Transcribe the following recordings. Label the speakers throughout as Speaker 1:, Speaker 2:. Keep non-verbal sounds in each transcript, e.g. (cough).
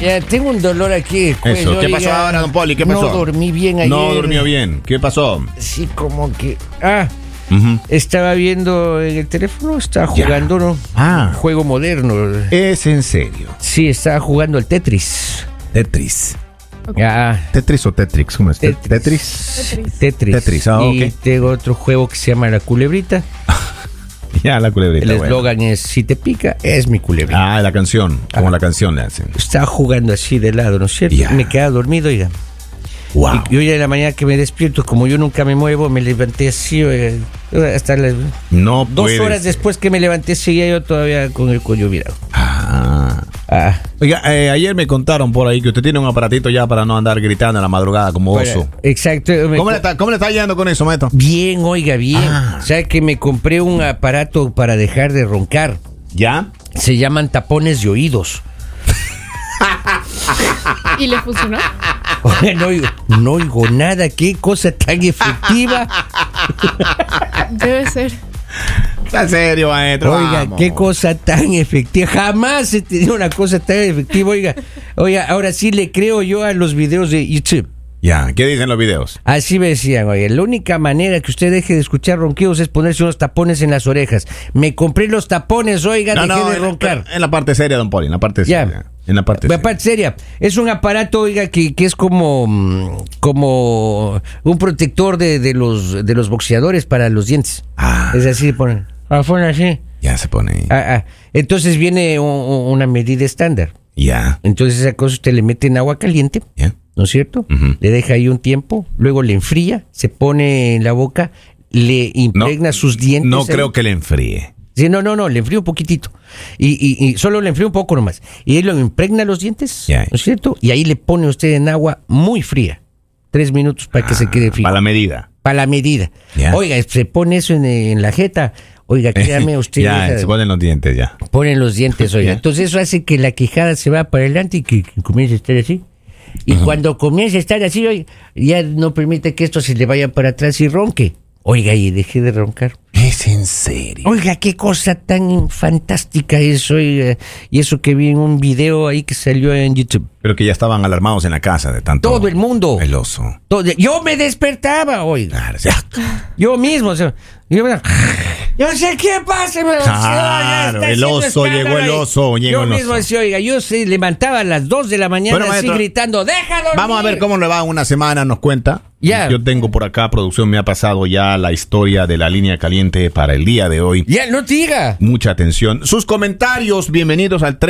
Speaker 1: Oiga, tengo un dolor aquí. de cuello,
Speaker 2: Eso. ¿Qué pasó
Speaker 1: oiga.
Speaker 2: ahora, don Poli? ¿Qué pasó?
Speaker 1: Pues No dormí bien ayer.
Speaker 2: No durmió bien. ¿Qué pasó?
Speaker 1: Sí, como que. Ah,
Speaker 2: Ujú.
Speaker 1: estaba viendo en el teléfono, estaba
Speaker 2: Ya.
Speaker 1: jugando, ¿no?
Speaker 2: Ah.
Speaker 1: Juego moderno.
Speaker 2: Es en serio.
Speaker 1: Sí, estaba jugando al Tetris.
Speaker 2: Tetris.
Speaker 1: Ah,
Speaker 2: Tetris o Tetrix, ¿cómo es? Te-
Speaker 1: Tetris. Tetris.
Speaker 2: Tetris, ah,
Speaker 1: y
Speaker 2: ok.
Speaker 1: tengo otro juego que se llama La Culebrita.
Speaker 2: Ya la culebrita.
Speaker 1: El
Speaker 2: bueno.
Speaker 1: eslogan es: si te pica, es mi culebrita.
Speaker 2: Ah, la canción. Como la canción le hacen.
Speaker 1: Estaba jugando así de lado, ¿no es cierto?
Speaker 2: Ya. Ah.
Speaker 1: Me quedaba dormido, oiga.
Speaker 2: Wow.
Speaker 1: Y, y hoy en la mañana que me despierto, como yo nunca me muevo, me levanté así, oiga, hasta las
Speaker 2: No
Speaker 1: dos
Speaker 2: puede
Speaker 1: horas
Speaker 2: ser.
Speaker 1: después que me levanté, seguía yo todavía con el cuello virado.
Speaker 2: Ah.
Speaker 1: Ah,
Speaker 2: Oiga, eh, ayer me contaron por ahí que usted tiene un aparatito ya para no andar gritando en la madrugada como
Speaker 1: para-
Speaker 2: oso.
Speaker 1: exacto. me
Speaker 2: Oh. ¿Cómo
Speaker 1: co-
Speaker 2: le, está, ¿Cómo le está yendo con eso, maestro?
Speaker 1: Bien, oiga, bien.
Speaker 2: Ah.
Speaker 1: O sea que me compré un aparato para dejar de roncar.
Speaker 2: ¿Ya?
Speaker 1: Se llaman tapones de oídos. (laughs)
Speaker 3: ¿Y le funcionó?
Speaker 1: Oiga, no, oigo, no oigo nada, qué cosa tan efectiva.
Speaker 2: (laughs)
Speaker 3: Debe ser.
Speaker 2: Está en serio, maestro.
Speaker 1: Oiga,
Speaker 2: Vamos.
Speaker 1: qué cosa tan efectiva. Jamás he tenido una cosa tan efectiva. Oiga, oiga, ahora sí le creo yo a los videos de YouTube.
Speaker 2: Ya, ¿qué dicen los videos?
Speaker 1: Así me decían, oye, la única manera que usted deje de escuchar ronquidos es ponerse unos tapones en las orejas. Me compré los tapones, oiga, dejé de
Speaker 2: en la-
Speaker 1: roncar.
Speaker 2: En la parte seria, don Poli, en la parte
Speaker 1: Ya.
Speaker 2: seria. En la parte
Speaker 1: La parte seria, es un aparato, oiga, que, que es como, mm, como un protector de, de los, de los boxeadores para los dientes.
Speaker 2: Ah.
Speaker 1: Es así, ponen. Afuera, sí.
Speaker 2: Ya se pone ahí.
Speaker 1: Ah, ah. Entonces viene u- u- una medida estándar.
Speaker 2: Ya.
Speaker 1: Entonces esa cosa usted le mete en agua caliente.
Speaker 2: Ya.
Speaker 1: ¿no es cierto?
Speaker 2: Ujú.
Speaker 1: Le deja ahí un tiempo, luego le enfría, se pone en la boca, le impregna sus dientes.
Speaker 2: No
Speaker 1: ahí.
Speaker 2: creo que le enfríe.
Speaker 1: Sí, no, no, no, le enfría un poquitito. Y, y- y solo le enfría un poco nomás. Y él lo impregna los dientes,
Speaker 2: Ya.
Speaker 1: ¿no es cierto? Y ahí le pone usted en agua muy fría. Tres minutos para que se quede frío. Para
Speaker 2: Para Ah, la
Speaker 1: la,
Speaker 2: medida.
Speaker 1: medida.
Speaker 2: Ya.
Speaker 1: Oiga, se pone eso en, en la jeta.
Speaker 2: (laughs)
Speaker 1: Oiga, créame usted.
Speaker 2: ya,
Speaker 1: deja-
Speaker 2: se ponen los dientes ya.
Speaker 1: ponen los dientes, oiga.
Speaker 2: Ya.
Speaker 1: Entonces eso hace que la quijada se va para adelante y que, que comience a estar así. Y cuando comience a estar así, oiga, ya no permite que esto se le vaya para atrás y ronque. Oiga, y deje de roncar.
Speaker 2: Es en serio.
Speaker 1: Oiga, qué cosa tan fantástica es, oiga. Y eso que vi en un video ahí que salió en YouTube.
Speaker 2: Pero que ya estaban alarmados en la casa de tanto.
Speaker 1: Todo el mundo.
Speaker 2: El oso.
Speaker 1: Todo- yo me despertaba, oiga.
Speaker 2: Claro, ya.
Speaker 1: Yo mismo, o sea, yo, me- yo sé qué pasa, pero
Speaker 2: Claro, el oso, llegó el oso, llegó
Speaker 1: yo
Speaker 2: el
Speaker 1: mismo
Speaker 2: oso.
Speaker 1: decía, oiga, yo se levantaba a las 2 de la mañana
Speaker 2: Bueno,
Speaker 1: así
Speaker 2: maestro,
Speaker 1: gritando, déjalo.
Speaker 2: Vamos a ver cómo le va una semana, nos cuenta.
Speaker 1: Ya.
Speaker 2: Yo tengo por acá, producción me ha pasado ya la historia de la línea caliente para el día de hoy.
Speaker 1: Ya, no te diga.
Speaker 2: Mucha atención. Sus comentarios, bienvenidos al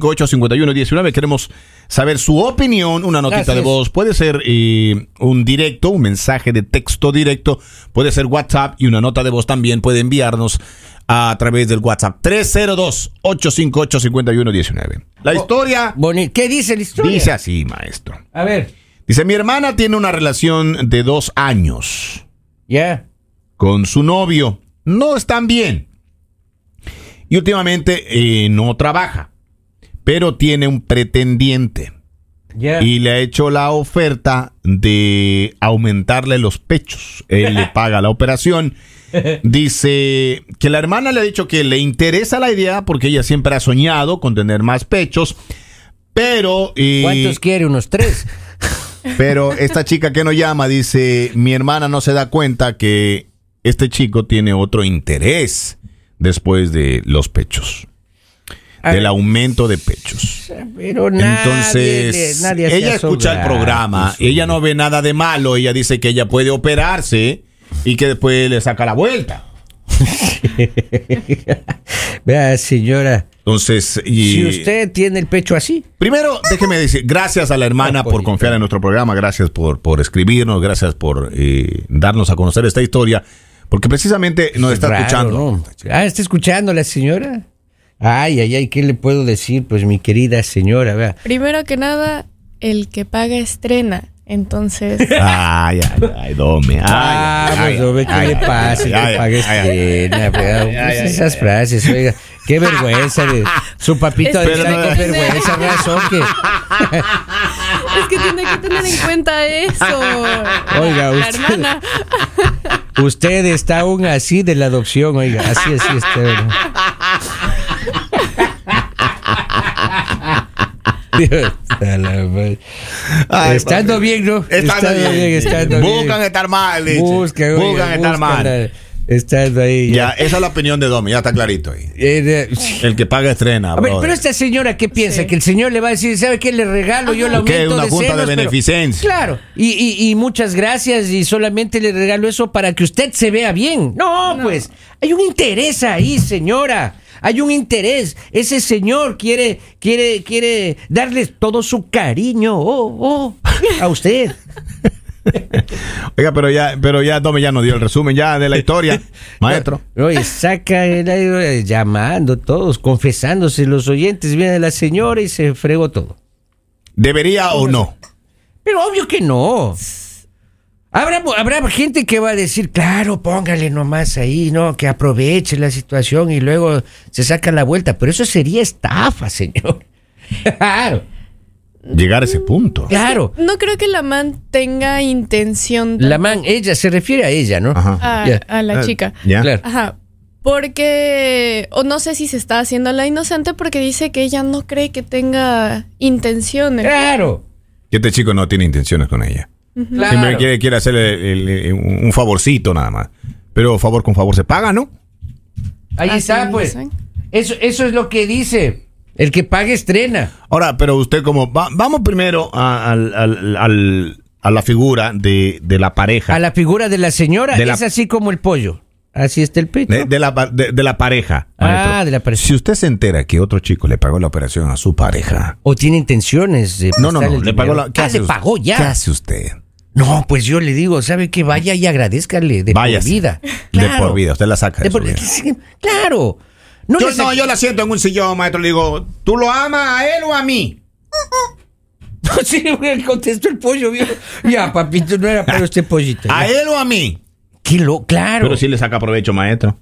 Speaker 2: 302-858-5119. Queremos saber su opinión, una notita
Speaker 1: Así
Speaker 2: de
Speaker 1: es.
Speaker 2: voz. Puede ser eh, un directo, un mensaje de texto directo. Puede ser WhatsApp y una nota de voz también puede enviarnos a través del WhatsApp 302-858-5119. La historia
Speaker 1: Boni- ¿Qué dice la historia?
Speaker 2: dice así, maestro.
Speaker 1: A ver,
Speaker 2: Dice, mi hermana tiene una relación de dos años
Speaker 1: ya.
Speaker 2: con su novio. No están bien. Y últimamente eh, no trabaja, pero tiene un pretendiente.
Speaker 1: Ya.
Speaker 2: Y le ha hecho la oferta de aumentarle los pechos. Él le paga la operación. Dice que la hermana le ha dicho que le interesa la idea porque ella siempre ha soñado con tener más pechos. Pero... eh,
Speaker 1: ¿Cuántos quiere? Unos tres.
Speaker 2: pero esta chica que nos llama dice, mi hermana no se da cuenta que este chico tiene otro interés después de los pechos,
Speaker 1: A
Speaker 2: del
Speaker 1: ver,
Speaker 2: aumento de pechos.
Speaker 1: Pero nadie, le-
Speaker 2: Entonces,
Speaker 1: nadie Pues se
Speaker 2: ella
Speaker 1: hace
Speaker 2: escucha el
Speaker 1: hogar. Ah,
Speaker 2: programa, ella no ve nada de malo, ella dice que ella puede operarse y que después le saca la vuelta.
Speaker 1: Vea, señora,
Speaker 2: Entonces, y-
Speaker 1: si usted tiene el pecho así,
Speaker 2: Primero, déjeme decir, gracias a la hermana por confiar en nuestro programa, gracias por, por escribirnos, gracias por eh, darnos a conocer esta historia, porque precisamente nos está
Speaker 1: Raro,
Speaker 2: escuchando.
Speaker 1: ¿no? Ah, está escuchando la señora. Ay, ay, ay, ¿qué le puedo decir? Pues mi querida señora, vea.
Speaker 3: Primero que nada, el que paga estrena. Entonces,
Speaker 2: Ay, ay, ay, Dome. Ay,
Speaker 1: Ah,
Speaker 2: ay,
Speaker 1: pues, hombre, ¿qué
Speaker 2: ay,
Speaker 1: le
Speaker 2: ay,
Speaker 1: pasa?
Speaker 2: ay,
Speaker 1: Que
Speaker 2: ay,
Speaker 1: pague
Speaker 2: ay,
Speaker 1: estrena, vea.
Speaker 2: ay, ay,
Speaker 1: Pues
Speaker 2: ay,
Speaker 1: esas
Speaker 2: ay.
Speaker 1: frases, oiga. Qué vergüenza. de- su papito de
Speaker 3: Pero
Speaker 1: estar
Speaker 2: no-
Speaker 1: con vergüenza, razón que.
Speaker 3: es que tiene que tener en cuenta eso.
Speaker 1: Oiga,
Speaker 3: la
Speaker 1: usted-
Speaker 3: hermana.
Speaker 1: Usted está aún así de la adopción, oiga. Así, así
Speaker 2: (laughs)
Speaker 1: está. ¿verdad? Dios, a la madre.
Speaker 2: Ay,
Speaker 1: estando
Speaker 2: papi.
Speaker 1: bien, ¿no?
Speaker 2: Estando bien.
Speaker 1: estando bien.
Speaker 2: Buscan estar mal, dice.
Speaker 1: Buscan, oiga,
Speaker 2: Buscan estar mal.
Speaker 1: la- Estando ahí.
Speaker 2: Ya, esa es la opinión de Domi, ya está clarito ahí.
Speaker 1: Eh, eh,
Speaker 2: El que paga estrena.
Speaker 1: A ver,
Speaker 2: Ah, brother.
Speaker 1: pero este- esta señora, ¿qué piensa?
Speaker 3: Sí.
Speaker 1: Que el señor le va a decir, ¿sabe qué? Le regalo, yo le aumento
Speaker 2: Que es una
Speaker 1: de
Speaker 2: junta
Speaker 1: ceros,
Speaker 2: de
Speaker 1: pero-
Speaker 2: beneficencia.
Speaker 1: Claro, y, y- y muchas gracias, y solamente le regalo eso para que usted se vea bien. No, pues, hay un interés ahí, señora. Hay un interés. Ese señor quiere, quiere, quiere darle todo su cariño, oh, oh, a usted.
Speaker 2: Oiga, pero ya, pero ya Domi ya nos dio el resumen ya de
Speaker 1: (laughs)
Speaker 2: la historia, maestro.
Speaker 1: Oye, saca el aire eh, llamando todos, confesándose los oyentes, viene la señora y se fregó todo.
Speaker 2: ¿Debería o no?
Speaker 1: Pero obvio que no. Habrá, habrá gente que va a decir, claro, póngale nomás ahí, ¿no? Que aproveche la situación y luego se saca la vuelta. Pero eso sería estafa, señor. (laughs) Claro,
Speaker 2: Llegar a ese punto.
Speaker 1: claro.
Speaker 3: No creo que la man tenga intención
Speaker 1: La man, ella, se refiere a ella, ¿no?
Speaker 2: Ajá.
Speaker 3: a,
Speaker 1: ya.
Speaker 3: a la
Speaker 2: Ah,
Speaker 3: chica.
Speaker 2: Ya.
Speaker 1: Claro.
Speaker 3: Ajá. Porque, o no sé si se está haciendo la inocente porque dice que ella no cree que tenga intenciones.
Speaker 1: Claro.
Speaker 2: Que este chico no tiene intenciones con ella. Siempre
Speaker 1: claro.
Speaker 2: quiere, quiere hacerle el- el- un favorcito nada más. Pero favor con favor se paga, ¿no?
Speaker 1: Ahí
Speaker 3: Así
Speaker 1: está, pues.
Speaker 3: dicen.
Speaker 1: Eso, eso es lo que dice. El que pague estrena.
Speaker 2: Ahora, pero usted como... va- vamos primero a, al- al- al- a la figura de, de la pareja.
Speaker 1: A la figura de la señora
Speaker 2: De la-
Speaker 1: es así como el pollo. Así está el pecho.
Speaker 2: De, de la, pa- de, de la pareja.
Speaker 1: Ah, de la pareja.
Speaker 2: Si usted se entera que otro chico le pagó la operación a su pareja.
Speaker 1: O tiene intenciones de
Speaker 2: No, no,
Speaker 1: prestarle
Speaker 2: no.
Speaker 1: el
Speaker 2: Le pagó
Speaker 1: dinero.
Speaker 2: la, ¿qué
Speaker 1: Ah,
Speaker 2: hace
Speaker 1: le
Speaker 2: usted?
Speaker 1: pagó ya.
Speaker 2: ¿Qué hace usted?
Speaker 1: No, pues yo le digo, ¿sabe qué? Vaya y agradezcale de
Speaker 2: Váyase.
Speaker 1: por vida.
Speaker 2: De por vida. Usted la saca de,
Speaker 1: De
Speaker 2: su
Speaker 1: por-
Speaker 2: vida.
Speaker 1: sí, Claro. No
Speaker 2: yo
Speaker 1: le
Speaker 2: no,
Speaker 1: saque-
Speaker 2: yo la siento en un sillón, maestro. Le digo, ¿tú lo amas a él o a mí?
Speaker 1: (laughs) No, sí, güey, contestó el pollo. viejo. Ya, papito, no era para este pollito.
Speaker 2: ¿A él o a mí?
Speaker 1: Qué lo- claro.
Speaker 2: Pero sí le saca provecho, maestro.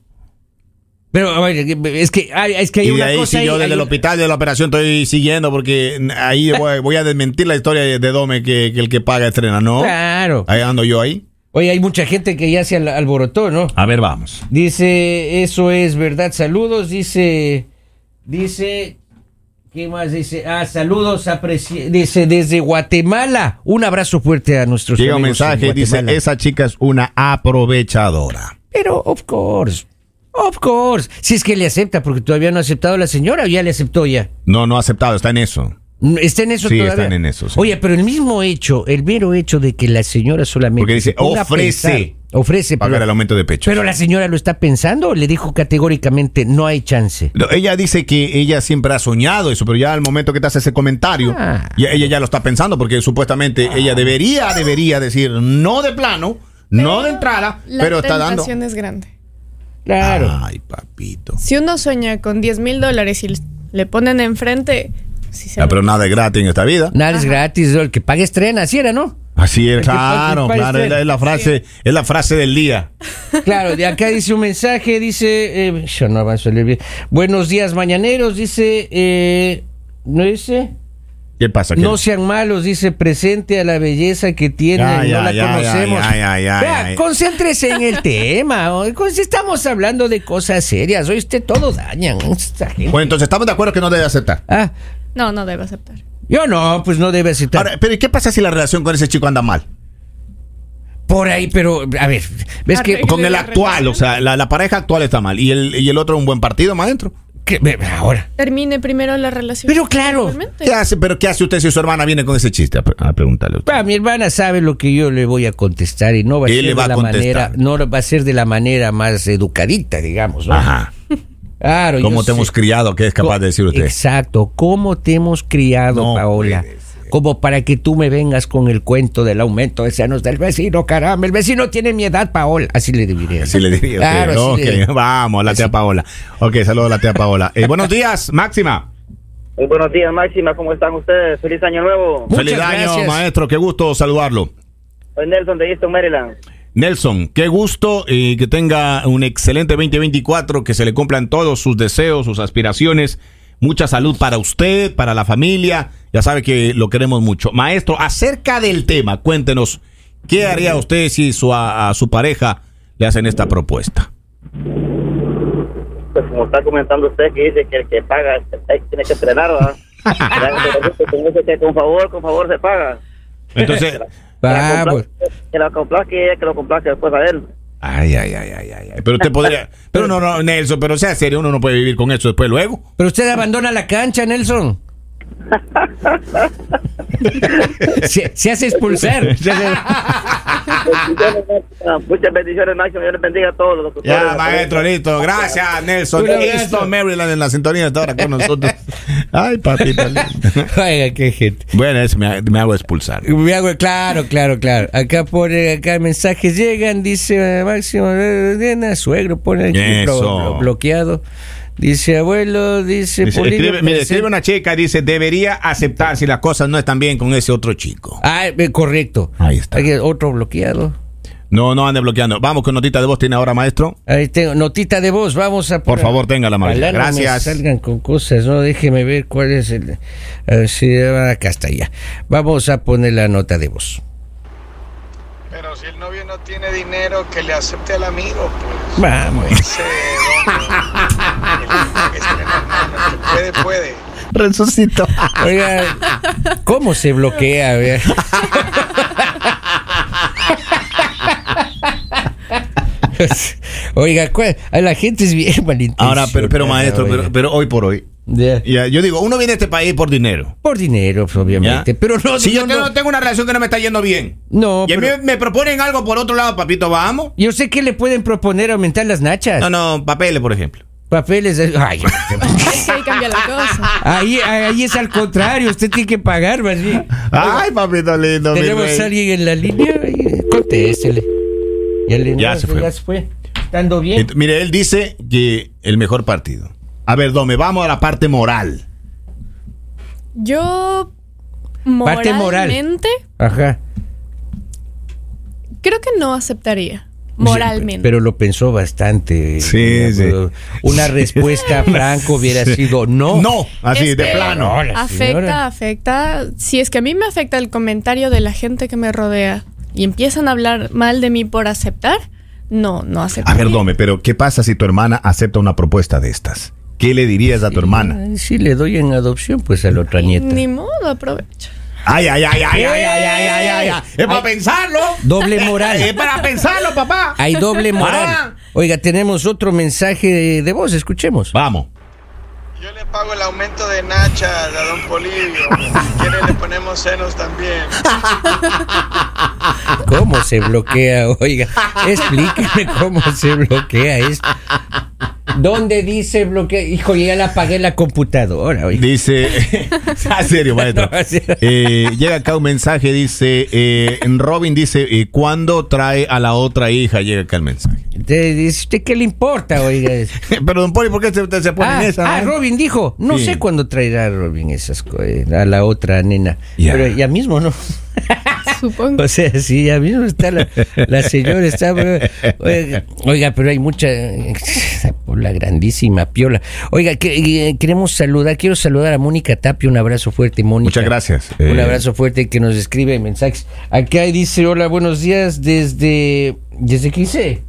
Speaker 1: Pero, a ver, es que hay, es que hay
Speaker 2: Y de
Speaker 1: una Eh.
Speaker 2: ahí,
Speaker 1: cosa
Speaker 2: si
Speaker 1: ahí,
Speaker 2: yo
Speaker 1: hay
Speaker 2: desde el
Speaker 1: un-
Speaker 2: hospital de la operación estoy siguiendo, porque ahí voy, voy a desmentir la historia de Dome, que, que el que paga estrena, ¿no?
Speaker 1: Claro.
Speaker 2: Ahí ando yo ahí.
Speaker 1: Oye, hay mucha gente que ya se al- alborotó, ¿no?
Speaker 2: A ver, vamos.
Speaker 1: Dice, eso es verdad, saludos, dice, dice, ¿qué más dice? Ah, saludos, apreci- dice, desde Guatemala, un abrazo fuerte a nuestros
Speaker 2: Llega un
Speaker 1: amigos en
Speaker 2: mensaje, dice,
Speaker 1: Guatemala.
Speaker 2: esa chica es una aprovechadora.
Speaker 1: Pero, of course, of course, si es que le acepta, porque todavía no ha aceptado la señora o ya le aceptó ya.
Speaker 2: No, no ha aceptado, está en eso.
Speaker 1: Mm, Está en eso
Speaker 2: Sí,
Speaker 1: todavía.
Speaker 2: están en eso, sí.
Speaker 1: Oye, pero el mismo hecho, el mero hecho de que la señora solamente.
Speaker 2: Porque dice,
Speaker 1: se ponga a
Speaker 2: ofrece.
Speaker 1: pensar- ofrece,
Speaker 2: Pagar
Speaker 1: pero-
Speaker 2: el aumento de pecho.
Speaker 1: pero la señora lo está pensando, le dijo categóricamente, no hay chance.
Speaker 2: No, Ella dice que ella siempre ha soñado eso, pero ya al momento que te hace ese comentario,
Speaker 1: Ah.
Speaker 2: ya- ella ya lo está pensando porque supuestamente ella debería, debería decir no de plano, no de entrada,
Speaker 3: La
Speaker 2: pero está dando.
Speaker 3: tentación es grande.
Speaker 1: Claro.
Speaker 2: Ay, papito.
Speaker 3: Si uno sueña con 10 mil dólares y le ponen enfrente, sí se
Speaker 2: Ah,
Speaker 3: lo-
Speaker 2: pero nada es gratis en esta vida.
Speaker 1: Nada es gratis, el que pague estrena, así era, ¿no?
Speaker 2: Así es, pues,
Speaker 1: que
Speaker 2: claro,
Speaker 1: participar
Speaker 2: claro,
Speaker 1: es
Speaker 2: es la, es la frase, es la frase del día.
Speaker 1: Claro, de acá dice un mensaje, dice, eh, yo no avanzo a leer bien. Buenos días, mañaneros, dice, eh, ¿no dice?
Speaker 2: ¿Qué pasa? ¿Qué-
Speaker 1: No sean malos, dice, presente a la belleza que tiene,
Speaker 2: Ya,
Speaker 1: no
Speaker 2: ya,
Speaker 1: la
Speaker 2: ya,
Speaker 1: conocemos.
Speaker 2: ya, ya, ya,
Speaker 1: Vea,
Speaker 2: ya, ya.
Speaker 1: concéntrese en
Speaker 2: (laughs)
Speaker 1: el tema, o- con- si estamos hablando de cosas serias, hoy usted todo dañan, esta gente.
Speaker 2: Bueno, entonces estamos de acuerdo que no debe aceptar.
Speaker 1: Ah,
Speaker 3: No, no debe aceptar.
Speaker 1: yo no, pues no debe citar.
Speaker 2: Ahora, pero ¿y qué pasa si la relación con ese chico anda mal?
Speaker 1: Por ahí, pero, a ver, ves que...
Speaker 3: Arregla.
Speaker 2: Con el
Speaker 3: la
Speaker 2: actual,
Speaker 3: relación?
Speaker 2: o sea, la, la pareja actual está mal y el, y el otro un buen partido más adentro.
Speaker 1: que- ve- ahora.
Speaker 3: Termine primero la relación.
Speaker 1: Pero claro.
Speaker 3: Realmente. (laughs)
Speaker 2: ¿Qué hace? ¿Pero qué hace usted si su hermana viene con ese chiste? A, pre- a preguntarle a usted.
Speaker 1: Ah, mi hermana sabe lo que yo le voy a contestar y no va a
Speaker 2: ¿Qué
Speaker 1: ser
Speaker 2: le va
Speaker 1: de
Speaker 2: a
Speaker 1: la
Speaker 2: contestar?
Speaker 1: manera, no va a ser de la manera más educadita, digamos. ¿no?
Speaker 2: Ajá.
Speaker 1: Claro,
Speaker 2: ¿Cómo
Speaker 1: yo
Speaker 2: te hemos
Speaker 1: sé.
Speaker 2: criado? ¿Qué es capaz de decir usted?
Speaker 1: Exacto, cómo te hemos criado,
Speaker 2: No
Speaker 1: Paola.
Speaker 2: puede ser.
Speaker 1: Como para que tú me vengas con el cuento del aumento de senos del vecino, caramba, el vecino tiene mi edad, Paola. Así le diría.
Speaker 2: Así le diría. usted.
Speaker 1: Claro, así le-
Speaker 2: Ok, Vamos, la tía Paola. Ok, saludos a la tía Paola. Eh, buenos días, Máxima.
Speaker 4: Muy buenos días, Máxima. ¿Cómo están ustedes? Feliz año nuevo.
Speaker 1: Muchas
Speaker 2: Feliz año,
Speaker 1: gracias.
Speaker 2: maestro. Qué gusto saludarlo.
Speaker 4: Soy Nelson de Easton, Maryland.
Speaker 2: Nelson, qué gusto y que tenga un excelente 2024, que se le cumplan todos sus deseos, sus aspiraciones. Mucha salud para usted, para la familia. Ya sabe que lo queremos mucho. Maestro, acerca del tema, cuéntenos, ¿qué haría usted si su, a, a su pareja le hacen esta propuesta?
Speaker 4: Pues como está comentando usted que dice que el que paga eh, tiene que estrenar, ¿verdad? Con eso que, con favor, con favor se paga.
Speaker 2: Entonces,
Speaker 4: Que la
Speaker 1: Vamos.
Speaker 4: complazca- Que lo complazca y ella que lo complazca después a él.
Speaker 2: ay, ay, ay, ay, ay, ay. Pero usted podría. Pero no, no, Nelson, pero sea serio, uno no puede vivir con eso después, luego.
Speaker 1: Pero usted abandona la cancha,
Speaker 2: (laughs)
Speaker 1: Nelson. se, se hace
Speaker 2: (laughs)
Speaker 1: expulsar.
Speaker 4: Bendiciones, Máxima. Muchas bendiciones, Máximo. Dios les bendiga a todos los doctores.
Speaker 2: Ya, maestro, listo. Gracias, Nelson.
Speaker 1: Un abrazo.
Speaker 2: Listo, Maryland en la sintonía de esta hora con nosotros. Ay, papita. linda.
Speaker 1: Oiga, qué gente.
Speaker 2: Bueno, eso me, ha- me hago expulsar.
Speaker 1: Me hago- claro, claro, claro. Acá pone, acá mensajes llegan, dice eh, Máximo, eh, Diana, suegro, pone aquí blo-
Speaker 2: Eso.
Speaker 1: blo- bloqueado. Dice abuelo, dice,
Speaker 2: Dice,
Speaker 1: Polibio
Speaker 2: escribe, mire,
Speaker 1: presente.
Speaker 2: escribe una chica y dice, debería aceptar si las cosas no están bien con ese otro chico.
Speaker 1: Ah, eh, correcto.
Speaker 2: Ahí está.
Speaker 1: Aquí, otro bloqueado.
Speaker 2: No, no ande bloqueando. Vamos con notita de voz, tiene ahora, maestro.
Speaker 1: Ahí tengo, notita de voz, vamos a...
Speaker 2: Por favor, téngala, María.
Speaker 1: Ojalá no me
Speaker 2: Gracias.
Speaker 1: salgan con cosas, ¿no? Déjeme ver cuál es el... a ver si- ah, acá está ya. Vamos a poner la nota de voz.
Speaker 5: Pero si el novio no tiene dinero, que le acepte al amigo, pues.
Speaker 1: Vamos.
Speaker 5: Ese don, que se le hermano, que pues, puede, puede.
Speaker 2: Resucitó.
Speaker 1: Oiga, ¿cómo se bloquea? A ver. Oiga, ¿cuál- a la gente es bien malintencionada.
Speaker 2: Ahora, pero, pero maestro,
Speaker 1: oiga.
Speaker 2: pero, pero hoy por hoy.
Speaker 1: Ya.
Speaker 2: Ya, yo digo, uno viene a este país por dinero.
Speaker 1: Por dinero, pues,
Speaker 2: ¿ya?
Speaker 1: obviamente. Pero no,
Speaker 2: si yo
Speaker 1: no,
Speaker 2: tengo,
Speaker 1: no.
Speaker 2: tengo una relación que no me está yendo bien.
Speaker 1: No,
Speaker 2: y a mí
Speaker 1: pero-
Speaker 2: me proponen algo por otro lado, papito, vamos.
Speaker 1: yo sé que le pueden proponer aumentar las nachas.
Speaker 2: No, no, papeles, por ejemplo.
Speaker 1: Papeles. de- Ay, (laughs)
Speaker 3: Ay, que ahí cambia la cosa.
Speaker 1: ahí, ahí es al contrario. Usted tiene que pagar, más bien.
Speaker 2: Ay, papito lindo. mi
Speaker 1: Tenemos
Speaker 2: rey.
Speaker 1: a alguien en la línea. Ahí, Contéstele. Ya, le-
Speaker 2: Ya
Speaker 1: no,
Speaker 2: se fue.
Speaker 1: Ya se fue. Estando bien.
Speaker 2: Ent- Mire, él dice que el mejor partido. A ver, Dome, vamos a la parte moral.
Speaker 3: Yo
Speaker 1: Parte moral.
Speaker 3: moralmente
Speaker 1: Ajá.
Speaker 3: creo que no aceptaría. Moralmente.
Speaker 1: Pero lo pensó bastante.
Speaker 2: Sí,
Speaker 1: Eh,
Speaker 2: sí.
Speaker 1: Una
Speaker 2: (laughs)
Speaker 1: respuesta franco hubiera sido no.
Speaker 2: No, así,
Speaker 3: Es
Speaker 2: de
Speaker 3: que-
Speaker 2: plano.
Speaker 1: No, la señora.
Speaker 3: Afecta, afecta. Si es que a mí me afecta el comentario de la gente que me rodea y empiezan a hablar mal de mí por aceptar, no, no acepto.
Speaker 2: A ver, Dome, pero ¿qué pasa si tu hermana acepta una propuesta de estas? ¿Qué le dirías a tu hermana?
Speaker 1: Ay, Sí, le doy en adopción pues a la otra nieta.
Speaker 3: Ni modo, aprovecho.
Speaker 2: Ay, ay, ay, ay, ay, ay, ay, ay, ay, ay. Es para
Speaker 1: Ay.
Speaker 2: pensarlo.
Speaker 1: Doble
Speaker 2: Es (laughs)
Speaker 1: moral.
Speaker 2: para pensarlo, papá.
Speaker 1: Hay doble
Speaker 2: Ah.
Speaker 1: moral. Oiga, tenemos otro mensaje de, de voz, escuchemos.
Speaker 2: Vamos.
Speaker 5: Yo le pago el aumento de Nacha a don Polivio. Si quiere, le ponemos senos también.
Speaker 1: ¿Cómo se bloquea? (laughs) Oiga, explíqueme cómo se bloquea esto. ¿Dónde dice bloquea? Hijo, ya la apagué la computadora. Oiga.
Speaker 2: Dice, (laughs) sea serio, maestro.
Speaker 1: No, sí.
Speaker 2: Eh, llega acá un mensaje, dice, eh, Robin dice, eh, ¿cuándo trae a la otra hija? Llega acá el mensaje.
Speaker 1: Te dice, ¿usted qué le importa?
Speaker 2: (laughs)
Speaker 1: Oiga,
Speaker 2: Pero, don Poli, ¿por qué se, usted se pone
Speaker 1: ah,
Speaker 2: en esa?
Speaker 1: ah,
Speaker 2: no?
Speaker 1: Robin dijo, no
Speaker 2: Sí.
Speaker 1: sé cuándo traerá Robin esas co- eh, a la otra nena,
Speaker 2: Ya.
Speaker 1: pero ya mismo no.
Speaker 3: Supongo.
Speaker 1: O sea, sí, ya mismo está la, la señora, está... Oiga, oiga, pero hay mucha... Por la grandísima piola. Oiga, que- eh, queremos saludar, quiero saludar a Mónica Tapia, un abrazo fuerte, Mónica.
Speaker 2: Muchas gracias.
Speaker 1: Un
Speaker 2: Eh,
Speaker 1: abrazo fuerte que nos escribe mensajes. Acá dice, hola, buenos días desde... ¿Desde qué hice?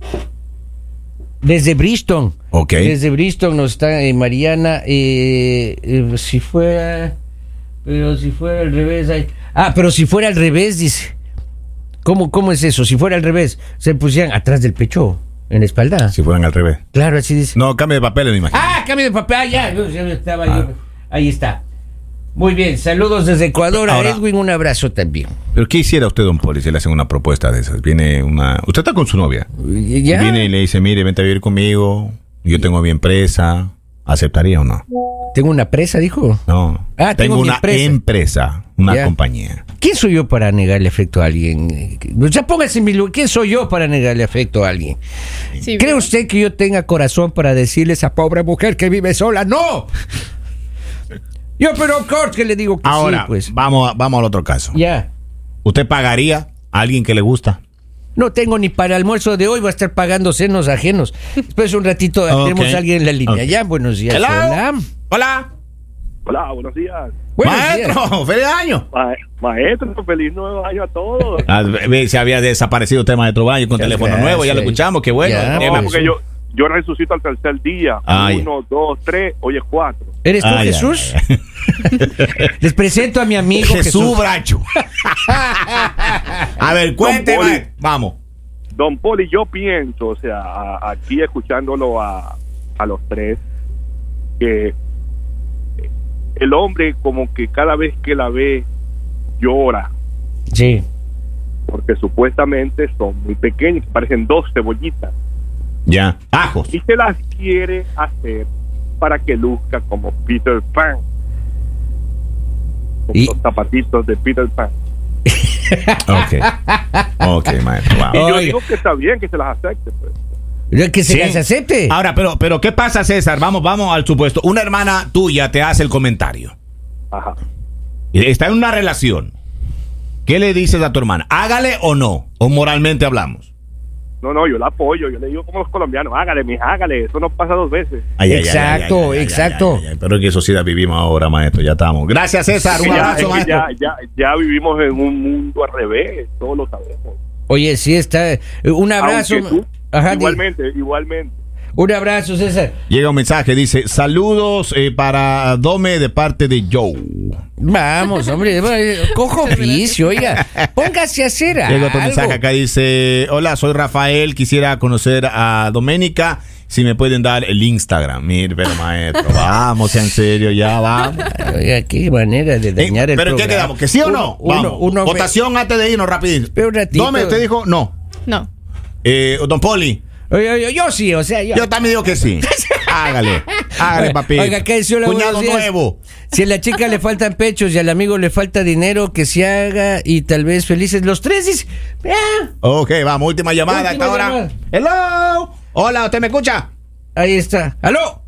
Speaker 1: Desde Bristol.
Speaker 2: Ok.
Speaker 1: Desde Bristol nos está eh, Mariana. eh, eh, si fuera. Pero si fuera al revés. ay. Ah, pero si fuera al revés, dice. ¿Cómo, ¿Cómo es eso? Si fuera al revés, se pusieran atrás del pecho, en la espalda.
Speaker 2: Si fueran al revés.
Speaker 1: Claro, así dice.
Speaker 2: No, cambio de papel, me imagino.
Speaker 1: Ah, cambio de papel. Ah, ya, yo- yo estaba
Speaker 2: Ah.
Speaker 1: yo. Ahí está. Muy bien, saludos desde Ecuador.
Speaker 2: Ahora-
Speaker 1: a Edwin, un abrazo también.
Speaker 2: ¿Pero qué hiciera usted, don Poli, si le hacen una propuesta de esas? Viene una... Usted está con su novia.
Speaker 1: Y- ya.
Speaker 2: Viene y le dice, mire, vente a vivir conmigo, yo tengo mi empresa. ¿Aceptaría o no?
Speaker 1: Tengo una presa, dijo.
Speaker 2: No.
Speaker 1: Ah, tengo mi
Speaker 2: una
Speaker 1: empresa.
Speaker 2: una
Speaker 1: Ya.
Speaker 2: compañía.
Speaker 1: ¿Quién soy yo para negarle afecto a alguien? O sea, póngase en mi lugar. ¿Quién soy yo para negarle afecto a alguien?
Speaker 3: Sí,
Speaker 1: ¿Cree usted que yo tenga corazón para decirle a esa pobre mujer que vive sola? ¡No! Yo, pero Cort, que le digo que
Speaker 2: Ahora,
Speaker 1: sí, pues.
Speaker 2: vamos, a- vamos al otro caso.
Speaker 1: Ya.
Speaker 2: ¿Usted pagaría a alguien que le gusta?
Speaker 1: No tengo ni para el almuerzo de hoy, va a estar pagando senos ajenos. Después un ratito
Speaker 2: Ok.
Speaker 1: tenemos a alguien en la línea.
Speaker 2: Ok.
Speaker 1: Ya, buenos días.
Speaker 2: Hello.
Speaker 1: Hola.
Speaker 2: Hola.
Speaker 6: Hola, buenos días.
Speaker 1: Buenos días.
Speaker 2: Maestro, feliz año.
Speaker 6: Ma- maestro, feliz nuevo año
Speaker 2: (laughs)
Speaker 6: a todos.
Speaker 2: Ah, ve- se había desaparecido el tema de Trovaño con
Speaker 1: Muchas
Speaker 2: teléfono
Speaker 1: gracias.
Speaker 2: nuevo, ya lo escuchamos, qué bueno.
Speaker 1: Ya,
Speaker 2: Eh,
Speaker 6: No,
Speaker 1: pues.
Speaker 2: vamos.
Speaker 6: porque yo, Yo resucito al tercer día.
Speaker 2: Ay.
Speaker 6: Uno, dos, tres, hoy es cuatro.
Speaker 1: ¿Eres tú,
Speaker 2: Ay, ay,
Speaker 1: Jesús?
Speaker 2: ay, ay.
Speaker 1: Les presento a mi amigo
Speaker 2: Jesús,
Speaker 1: Jesús.
Speaker 2: Bracho. a ver, cuénteme.
Speaker 6: Don Poli.
Speaker 2: Vamos.
Speaker 6: Don Poli, yo pienso, o sea, a- aquí escuchándolo a, a los tres, que el hombre como que cada vez que la ve llora,
Speaker 1: Sí.
Speaker 6: porque supuestamente son muy pequeños, parecen dos cebollitas,
Speaker 2: Ya. Ajos.
Speaker 6: y se las quiere hacer para que luzca como Peter Pan, con
Speaker 1: Y-
Speaker 6: los zapatitos de Peter Pan.
Speaker 2: Ok. Ok, maestro.
Speaker 6: Y
Speaker 2: Wow.
Speaker 6: yo
Speaker 1: Oye.
Speaker 6: digo que está bien que se las acepte, pues.
Speaker 1: Que se
Speaker 2: Sí. Ah.
Speaker 1: las acepte.
Speaker 2: Ahora, pero, pero ¿qué pasa, César? Vamos, vamos al supuesto. Una hermana tuya te hace el comentario.
Speaker 6: Ajá.
Speaker 2: Está en una relación. ¿Qué le dices a tu hermana? Hágale o no. O moralmente hablamos.
Speaker 6: No, no, yo la apoyo, yo le digo como los colombianos, hágale, mija, hágale, eso no pasa dos veces.
Speaker 2: Ay, ay, ay,
Speaker 1: Exacto,
Speaker 2: ay, ay, ay, ay,
Speaker 1: exacto.
Speaker 2: ay, ay, ay. Pero en qué sociedad vivimos ahora, maestro. Ya estamos. Gracias, César.
Speaker 6: que
Speaker 2: Un
Speaker 6: ya-
Speaker 2: abrazo,
Speaker 6: es que
Speaker 2: maestro.
Speaker 6: ya, ya, ya vivimos en un mundo al revés, todos lo sabemos.
Speaker 1: Oye, sí está. eh, Un abrazo.
Speaker 6: Aunque tú-
Speaker 1: Ajá, di-
Speaker 6: igualmente, igualmente.
Speaker 1: Un abrazo, César.
Speaker 2: Llega un mensaje, dice, saludos eh, para Dome de parte de Joe.
Speaker 1: Vamos, hombre. eh, Cojo vicio, oiga. Póngase a hacer
Speaker 2: Llega
Speaker 1: algo.
Speaker 2: otro mensaje acá, dice, hola, soy Rafael, quisiera conocer a Doménica, si me pueden dar el Instagram. Mire, pero
Speaker 1: (laughs)
Speaker 2: maestro, vamos, sea en serio, ya vamos.
Speaker 1: Oiga, qué manera de
Speaker 2: Eh,
Speaker 1: dañar el
Speaker 2: pero ¿en ¿qué
Speaker 1: programa.
Speaker 2: quedamos? ¿Que sí o no?
Speaker 1: Uno- uno-
Speaker 2: vamos.
Speaker 1: uno-
Speaker 2: Votación antes de irnos, rapidito.
Speaker 1: Pero un ratito.
Speaker 2: Dome, usted dijo no.
Speaker 3: No.
Speaker 2: Eh, don Poli,
Speaker 1: Oye, oye, yo sí, o sea, yo.
Speaker 2: yo también digo
Speaker 1: (laughs)
Speaker 2: que sí. Hágale, hágale,
Speaker 1: Oiga,
Speaker 2: papi.
Speaker 1: Oiga, ¿qué decía la
Speaker 2: Cuñado
Speaker 1: buenos días?
Speaker 2: nuevo.
Speaker 1: Si a la chica le faltan pechos y al amigo le falta dinero, que se haga y tal vez felices los tres. dice, ah,
Speaker 2: Ok, vamos, última llamada
Speaker 1: Última
Speaker 2: hasta ahora. Hello. Hola, ¿usted me escucha?
Speaker 1: ahí está. ¡Aló!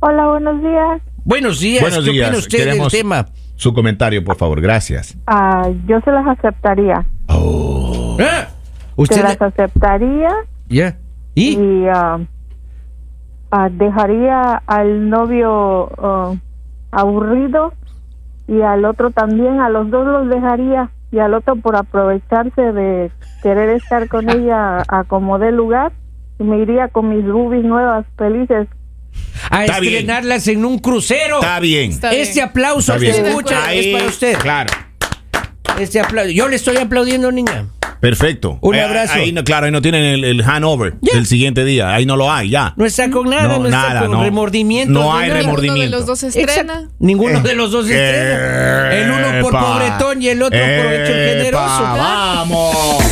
Speaker 7: Hola, buenos días.
Speaker 1: Buenos días.
Speaker 2: Buenos
Speaker 1: ¿Qué
Speaker 2: días,
Speaker 1: opina usted
Speaker 2: queremos-
Speaker 1: del tema?
Speaker 2: Su comentario, por favor, gracias.
Speaker 7: Ah, yo se las aceptaría.
Speaker 1: Ah,
Speaker 7: Se
Speaker 1: ¿Usted
Speaker 7: las
Speaker 1: la-
Speaker 7: aceptaría
Speaker 1: ya?
Speaker 7: y,
Speaker 1: ¿Y?
Speaker 7: ah, ah, dejaría al novio ah, aburrido y al otro también. A los dos los dejaría y al otro por aprovecharse de querer estar con ella a como dé lugar. Y me iría con mis boobies nuevas felices.
Speaker 1: A
Speaker 2: Está bien.
Speaker 1: estrenarlas en un crucero.
Speaker 2: Está bien.
Speaker 3: Está
Speaker 1: este
Speaker 3: bien.
Speaker 1: aplauso
Speaker 2: Está
Speaker 1: que
Speaker 2: bien.
Speaker 1: escucha
Speaker 2: Ahí,
Speaker 1: es para usted.
Speaker 2: Claro.
Speaker 1: Este aplauso. Yo le estoy aplaudiendo, niña.
Speaker 2: Perfecto.
Speaker 1: Un
Speaker 2: Eh,
Speaker 1: abrazo.
Speaker 2: Ahí no, claro, ahí no tienen el, el handover del siguiente día. Ahí no lo hay, ya.
Speaker 1: No está con nada, no, está con remordimientos
Speaker 2: No
Speaker 1: ni
Speaker 2: hay
Speaker 1: nada.
Speaker 3: Ninguno
Speaker 2: remordimiento. Eh,
Speaker 3: de los dos
Speaker 1: Exacto.
Speaker 3: estrena.
Speaker 1: Ninguno de los dos estrena. El uno por
Speaker 2: Epa.
Speaker 1: pobretón y el otro por hecho
Speaker 2: Epa,
Speaker 1: generoso.
Speaker 2: Vamos.